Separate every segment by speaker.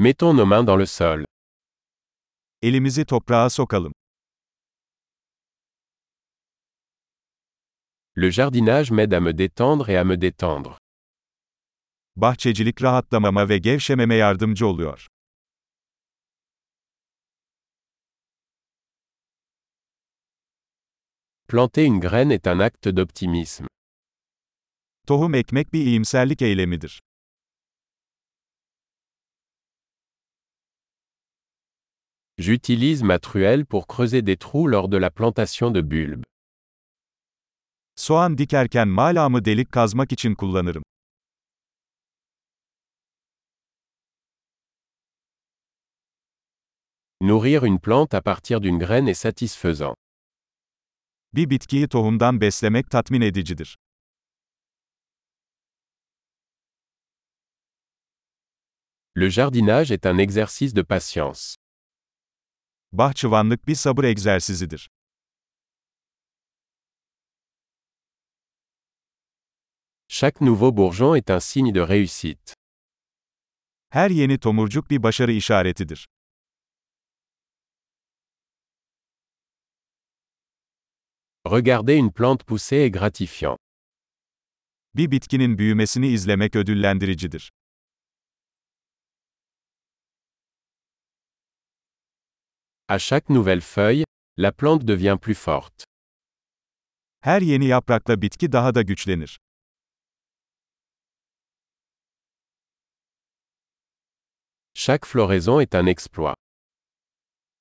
Speaker 1: Mettons nos mains dans le sol.
Speaker 2: Elimizi toprağa sokalım.
Speaker 1: Le jardinage m'aide à me détendre et à me détendre.
Speaker 2: Bahçecilik rahatlamama ve gevşememe yardımcı oluyor.
Speaker 1: Planter une graine est un acte d'optimisme.
Speaker 2: Tohum ekmek bir iyimserlik eylemidir.
Speaker 1: J'utilise ma truelle pour creuser des trous lors de la plantation de bulbes.
Speaker 2: Soğan dikerken malamı delik kazmak için kullanırım.
Speaker 1: Nourrir une plante à partir d'une graine est satisfaisant.
Speaker 2: Bir bitkiyi tohumdan beslemek tatmin edicidir.
Speaker 1: Le jardinage est un exercice de patience.
Speaker 2: Bahçıvanlık bir sabır egzersizidir.
Speaker 1: Chaque nouveau bourgeon est un signe de réussite.
Speaker 2: Her yeni tomurcuk bir başarı işaretidir.
Speaker 1: Regarder une plante pousser est gratifiant.
Speaker 2: Bir bitkinin büyümesini izlemek ödüllendiricidir.
Speaker 1: À chaque nouvelle feuille, la plante devient plus forte.
Speaker 2: Her yeni yaprakla bitki daha da güçlenir.
Speaker 1: Chaque floraison est un exploit.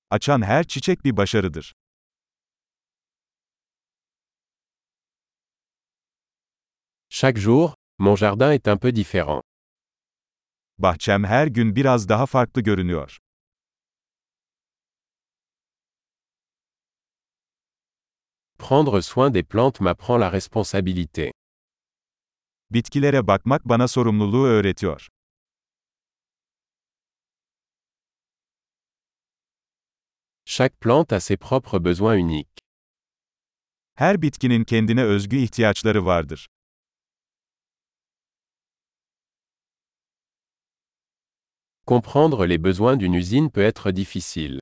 Speaker 2: Açan her çiçek bir başarıdır.
Speaker 1: Chaque jour, mon jardin est un peu différent.
Speaker 2: Bahçem her gün biraz daha farklı görünüyor.
Speaker 1: Prendre soin des plantes m'apprend la responsabilité.
Speaker 2: Bitkilere bakmak bana sorumluluğu öğretiyor.
Speaker 1: Chaque plante a ses propres besoins uniques.
Speaker 2: Her bitkinin kendine özgü ihtiyaçları vardır.
Speaker 1: Comprendre les besoins d'une usine peut être difficile.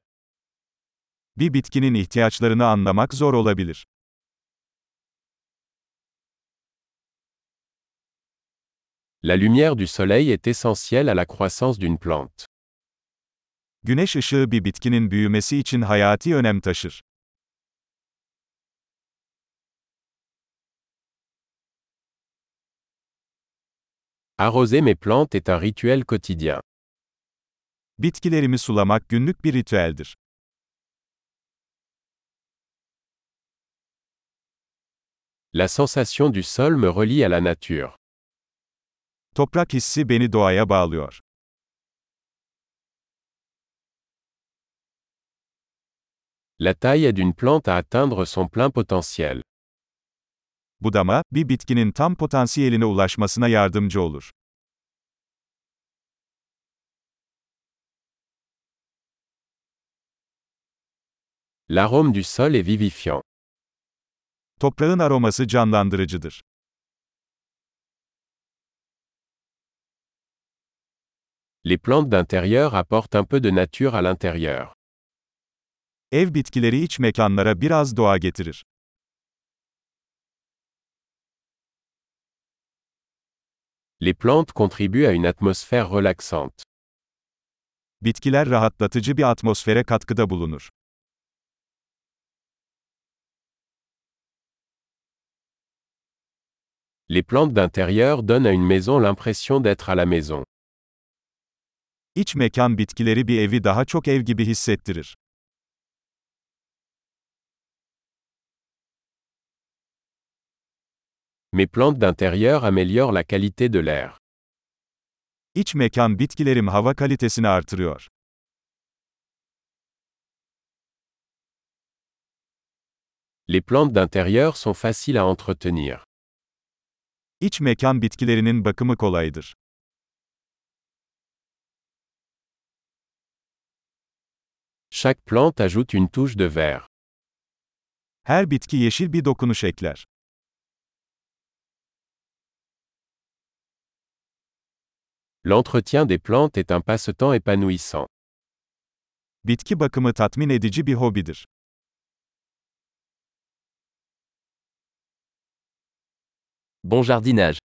Speaker 2: Bir bitkinin ihtiyaçlarını anlamak zor olabilir.
Speaker 1: La lumière du soleil est essentielle à la croissance d'une plante.
Speaker 2: Güneş ışığı bir bitkinin büyümesi için hayati önem taşır.
Speaker 1: Arroser mes plantes est un rituel quotidien.
Speaker 2: Bitkilerimi sulamak günlük bir ritüeldir.
Speaker 1: La sensation du sol me relie à la nature.
Speaker 2: Toprak hissi beni doğaya bağlıyor.
Speaker 1: La taille aide une plante à atteindre son plein potentiel.
Speaker 2: Budama, bir bitkinin tam potansiyeline ulaşmasına yardımcı olur.
Speaker 1: L'arôme du sol est vivifiant.
Speaker 2: Toprağın aroması canlandırıcıdır.
Speaker 1: Les plantes d'intérieur apportent un peu de nature à l'intérieur.
Speaker 2: Ev bitkileri iç mekanlara biraz doğa getirir.
Speaker 1: Les plantes contribuent à une atmosphère relaxante.
Speaker 2: Bitkiler rahatlatıcı bir atmosfere katkıda bulunur.
Speaker 1: Les plantes d'intérieur donnent à une maison l'impression d'être à la maison.
Speaker 2: İç mekan bitkileri bir evi daha çok ev gibi hissettirir.
Speaker 1: Mes plantes d'intérieur améliorent la qualité de l'air.
Speaker 2: İç mekan bitkilerim hava kalitesini artırıyor.
Speaker 1: Les plantes d'intérieur sont faciles à entretenir.
Speaker 2: İç mekan bitkilerinin bakımı kolaydır.
Speaker 1: Chaque plante ajoute une touche de vert.
Speaker 2: Her bitki yeşil bir dokunuş ekler.
Speaker 1: L'entretien des plantes est un passe-temps épanouissant.
Speaker 2: Bitki bakımı tatmin edici bir hobidir.
Speaker 3: Bon jardinage.